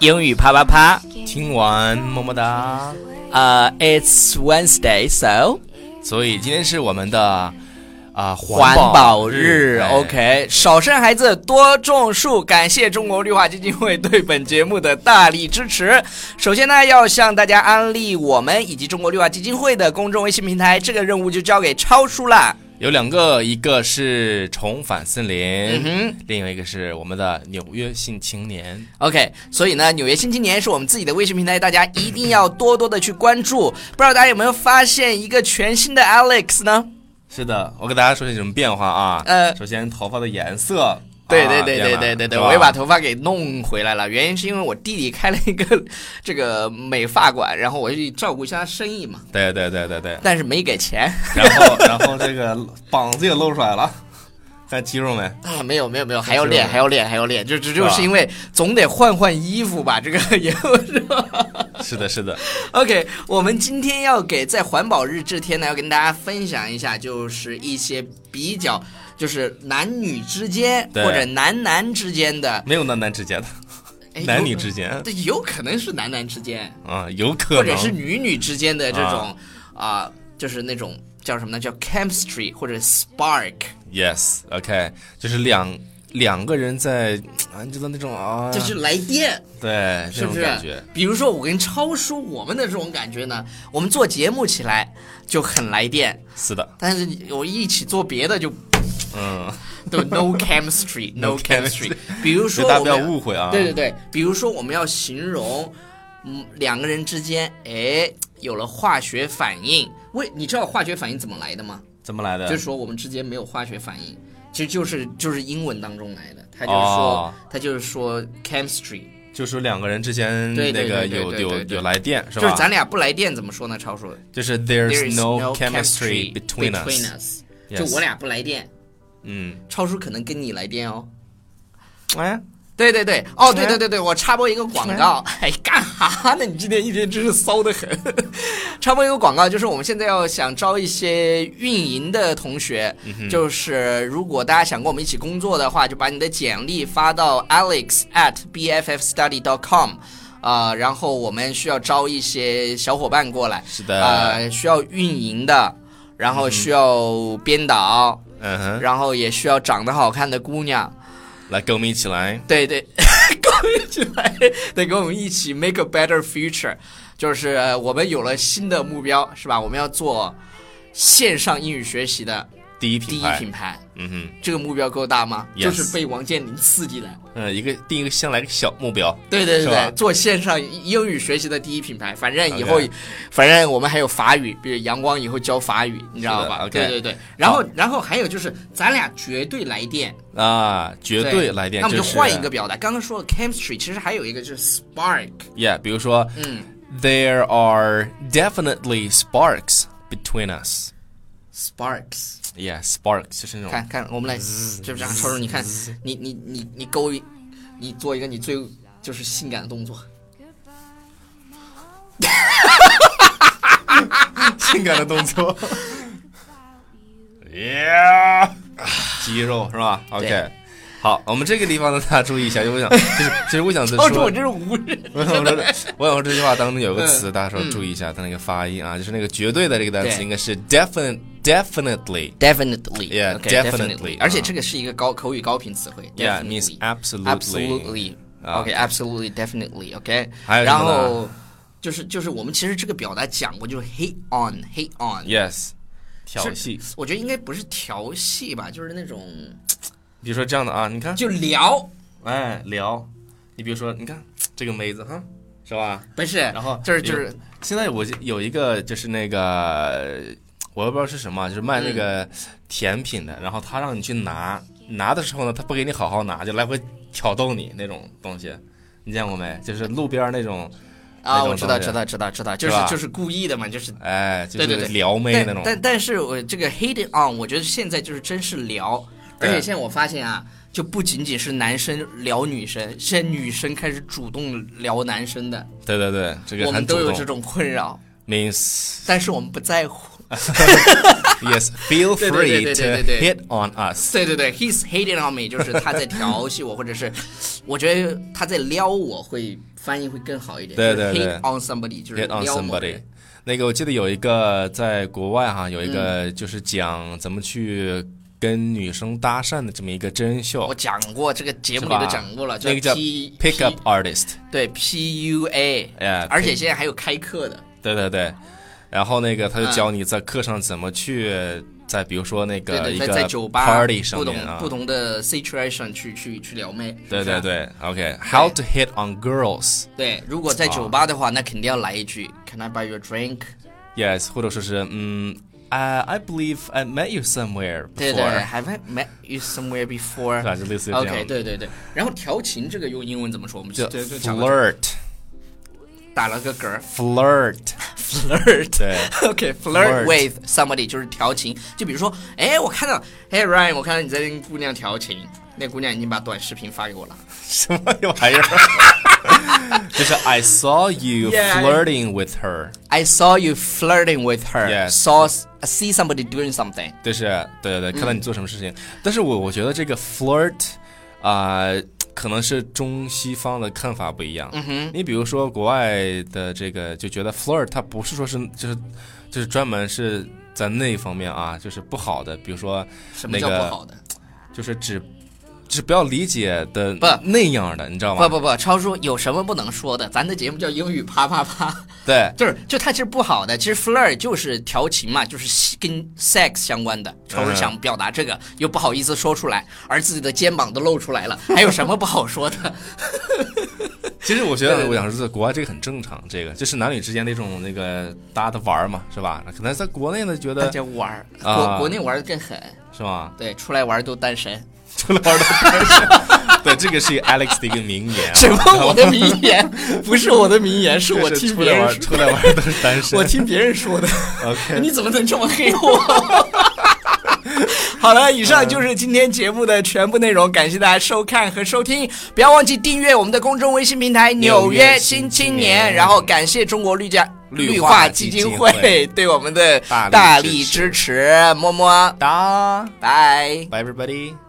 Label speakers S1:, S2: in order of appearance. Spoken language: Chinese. S1: 英语啪啪啪，
S2: 听完么么哒。
S1: 呃、i t s Wednesday，so
S2: 所以今天是我们的啊、
S1: 环保
S2: 保
S1: 日
S2: 哎
S1: ，OK。少生孩子，多种树。感谢中国绿化基金会对本节目的大力支持。首先呢，要向大家安利我们以及中国绿化基金会的公众微信平台，这个任务就交给超叔啦。
S2: 有两个，一个是重返森林，
S1: 嗯
S2: 另外一个是我们的纽约新青年。
S1: OK，所以呢，纽约新青年是我们自己的微信平台，大家一定要多多的去关注。不知道大家有没有发现一个全新的 Alex 呢？
S2: 是的，我给大家说些什么变化啊？
S1: 呃
S2: 首先头发的颜色，
S1: 对
S2: 啊
S1: 对对
S2: 变
S1: 对
S2: 了
S1: 对对对，
S2: 是吧
S1: 我又把头发给弄回来了。原因是因为我弟弟开了一个这个美发馆，然后我就去照顾一下他生意嘛，
S2: 对对对对对，
S1: 但是没给钱
S2: 然后然后这个膀子也露出来了，看肌肉没？
S1: 啊，没有没有没有，还要
S2: 是
S1: 练还要练还要练，就就就是
S2: 吧
S1: 是因为总得换换衣服吧，这个也不是。
S2: 是的，是的，
S1: OK，我们今天要给在环保日这天呢，要跟大家分享一下，就是一些比较就是男女之间
S2: 对
S1: 或者男男之间的，
S2: 没有男男之间的，
S1: 哎
S2: 男
S1: 有
S2: 女之间
S1: 对，有可能是男男之间，
S2: 啊，有可
S1: 或
S2: 能
S1: 者是女女之间的这种啊、就是那种叫什么呢？叫 chemistry 或者 spark，
S2: yes，OK，、就是两两个人在啊，你知道那种啊，
S1: 就是来电，
S2: 对这
S1: 是不
S2: 种
S1: 是
S2: 感觉，？
S1: 比如说我跟超叔，我们的这种感觉呢，我们做节目起来就很来电，
S2: 是的，
S1: 但是我一起做别的就
S2: 嗯，
S1: 都 no chemistry，no
S2: No
S1: chemistry。比如
S2: 所
S1: 说我
S2: 以大家不要
S1: 们，
S2: 误会啊，
S1: 对对对，比如说我们要形容，嗯，两个人之间，哎，有了化学反应。为你知道化学反应怎么来的吗？
S2: 怎么来的？
S1: 就是说我们之间没有化学反应，其实就是就是英文当中来的。他就是说
S2: 哦，
S1: 他就是说 chemistry，
S2: 就说两个人之间
S1: 对
S2: 那
S1: 对
S2: 个
S1: 对对
S2: 有
S1: 对
S2: 有
S1: 对对
S2: 有来电是
S1: 就是
S2: 吧？
S1: 咱俩不来电怎么说呢？超叔
S2: 就是
S1: ，There
S2: there's
S1: is
S2: no
S1: chemistry
S2: chemistry
S1: between
S2: between us。
S1: us，
S2: Yes
S1: 就我俩不来电，
S2: 嗯，
S1: 超叔可能跟你来电哦。
S2: 哎，
S1: 对对对，哦，
S2: 是
S1: 对对对对，我插播一个广告，哎，干哈呢？你今天一天真是骚的很。 插播一个广告，就是我们现在要想招一些运营的同学，
S2: 嗯
S1: 就是如果大家想跟我们一起工作的话，就把你的简历发到 alex at bffstudy dot com，啊、呃然后我们需要招一些小伙伴过来，
S2: 是的
S1: 呃，需要运营的，然后需要编导，
S2: 嗯哼，
S1: 然后也需要长得好看的姑娘。
S2: 来跟我们一起来。
S1: 对对， 跟我们一起来，得跟我们一起 make a better future。就是呃我们有了新的目标，是吧？我们要做线上英语学习的
S2: 第一
S1: 第
S2: 品
S1: 一
S2: 牌，
S1: 品牌。
S2: 嗯哼，
S1: 这个目标够大吗
S2: Yes
S1: 就是被王健林刺激的。
S2: 嗯，一个定一个先来个小目标，
S1: 对对
S2: 是
S1: 对
S2: 吧
S1: 对，做线上英语学习的第一品牌。反正以后
S2: OK
S1: 反正我们还有法语，比如阳光以后教法语，你知道吧
S2: 是的，OK
S1: 对对对。然后然后还有就是，咱俩绝对来电。
S2: 啊，绝对来电。
S1: 那我们
S2: 就
S1: 就是换一个表达。刚刚说了 chemistry，其实还有一个就是 spark。
S2: ，yeah，比如说，
S1: 嗯。
S2: There are definitely sparks between us.
S1: Sparks，
S2: Yeah, sparks 就是那种
S1: 看看我们来，就是这样。超叔，你看，你你你你勾一，你做一个你最就是性感的动作，
S2: 性感的动 作。yeah，肌肉是吧？OK，
S1: 对
S2: 好，我们这个地方呢，大家注意一下，因为我想，就是其哦实我想再
S1: 超叔
S2: 说
S1: 我，真是无语。
S2: 我想说，我想说这句话当中有个词，大家说注意一下它那个发音啊，就是那个绝对的这个单词
S1: 对
S2: 应该是 definite definitely。Yeah,
S1: Definitely，yeah，definitely，、
S2: definitely，啊
S1: 而且这个是一个高口语高频词汇
S2: Yeah, it means absolutely.
S1: absolutely，absolutely，OK，absolutely，definitely，OK。
S2: 啊
S1: absolutely, definitely, OK
S2: 还有什
S1: 然
S2: 么呢
S1: 后就是就是我们其实这个表达讲过，就是 hate on，hate on。
S2: Yes，调
S1: 是
S2: 戏。
S1: 我觉得应该不是调戏吧，就是那种
S2: 比如说这样的啊，你看，
S1: 就聊，
S2: 哎，聊。你比如说，你看这个妹子哈，是吧？
S1: 不是，
S2: 然后
S1: 就是
S2: 比
S1: 就
S2: 如
S1: 是
S2: 现在我有一个就是那个，我也不知道是什么，就是卖那
S1: 嗯
S2: 个甜品的，然后他让你去拿，拿的时候呢，他不给你好好拿，就来回挑逗你那种东西，你见过没？就是路边那种，那
S1: 啊，
S2: 种
S1: 我知道，
S2: 东西
S1: 知道，知道，知道，就是是
S2: 吧
S1: 就是故意的嘛，就是。
S2: 哎，就
S1: 对对
S2: 是
S1: 对，
S2: 撩妹那种
S1: 但。但但是我这个 hate it on，我觉得现在就是真是聊，而
S2: 对
S1: 且现在我发现啊，就不仅仅是男生聊女生，现在女生开始主动聊男生的，
S2: 对对对，这个
S1: 我
S2: 很
S1: 们
S2: 主
S1: 都有
S2: 动。
S1: 这种困扰，
S2: means
S1: 但是我们不在乎。
S2: Yes, feel
S1: 对对
S2: free
S1: 对
S2: to
S1: 对对对
S2: hit on us。
S1: 对对对，he's hating on me，就是他在调戏我，或者是我觉得他在撩我会翻译会更好一点。
S2: 对对
S1: 就是
S2: 对
S1: hate on somebody 就是
S2: Hit on
S1: 撩某人
S2: somebody。那个我记得有一个在国外哈，有一个
S1: 嗯
S2: 就是讲怎么去跟女生搭讪的这么一个真
S1: 我
S2: 秀，
S1: 讲过这个节目
S2: 是
S1: 里
S2: 吧
S1: 都讲过了，
S2: 那个叫
S1: P
S2: pickup artist。
S1: 对 PUA，
S2: 哎
S1: 而且现在还有开课的，
S2: 对对对，然后那个他就教你在课上怎么去，在比如说那
S1: 嗯对
S2: 个
S1: 对，
S2: 一
S1: 在
S2: 个
S1: 在酒吧
S2: party 上
S1: 不
S2: 面
S1: 同
S2: 啊
S1: 不，同的 situation 去去去撩妹，
S2: 对
S1: 是吧
S2: 对对，OK，how to hit on girls。
S1: 对，如果在酒吧的话，那肯定要来一
S2: 啊
S1: 句 Can I buy your drink？
S2: Yes，或者说是嗯，I I believe I met you somewhere
S1: 对对
S2: before，
S1: ，Have I met you somewhere
S2: 对吧？
S1: before？OK，、
S2: 就类似于这样，
S1: 对对对。然后调情这个用英文怎么说？我们
S2: 就
S1: 就就就讲了
S2: flirt
S1: 打了个嗝
S2: flirt，
S1: ，flirt。
S2: 对
S1: OK，flirt、
S2: Flirt
S1: with somebody 就是调情，就比如说，哎，我看到，哎，Ryan，我看到你在跟姑娘调情，那姑娘已经把短视频发给我了。
S2: 什么玩意儿？ 就是 I saw you
S1: Yeah.
S2: flirting with her，
S1: I saw you flirting with her.
S2: Yes.
S1: Saw see somebody doing something.
S2: 就是
S1: 嗯
S2: 对对对，看到你做什么事情。但是我我觉得这个 flirt 啊、可能是中西方的看法不一样。嗯哼，你比如说国外的这个就觉得 flirt 它不是说是就是就是专门是在那一方面啊，就是不好的，比如说
S1: 什么
S2: 那
S1: 叫
S2: 个
S1: 不好的？
S2: 就是只就是不要理解的
S1: 不
S2: 那样的，你知道吗？
S1: 不不不，超叔有什么不能说的？咱的节目叫英语啪啪啪，
S2: 对。
S1: 就是就它其实不好的，其实 flirt 就是调情嘛，就是性跟 sex 相关的。超叔
S2: 嗯
S1: 想表达这个，又不好意思说出来，而自己的肩膀都露出 来了，还有什么不好说的？
S2: 其实我觉
S1: 对对对
S2: 得，我想说，在国外这个很正常，这个就是男女之间的一种那个大家的玩儿嘛，是吧？可能在国内呢，觉
S1: 大
S2: 得
S1: 家玩儿，国
S2: 呃啊
S1: 国内玩的更狠，
S2: 是吧？
S1: 对，出来玩儿都单身。
S2: 出来玩的开心。 对，这个是 Alex 的一个名言啊。
S1: 什 么？我的名言 不是我的名言，是我
S2: 就是
S1: 听
S2: 出
S1: 别
S2: 来
S1: 人
S2: 玩，
S1: 说，
S2: 出来玩都是单 身。
S1: 我听别人说的。
S2: OK，
S1: 你怎么能这么黑我？ 好了，以上就是今天节目的全部内容，感谢大家收看和收听，不要忘记订阅我们的公众微信平台《纽
S2: 纽约
S1: 约
S2: 新
S1: 新青
S2: 青
S1: 年》，
S2: 年
S1: 然后感谢中国绿家
S2: 绿
S1: 绿
S2: 化
S1: 化
S2: 基
S1: 基
S2: 金
S1: 金会
S2: 会
S1: 对我们的
S2: 大力
S1: 大
S2: 支
S1: 力支
S2: 持
S1: 持，么么哒，
S2: 哒
S1: 拜。
S2: ，Bye everybody。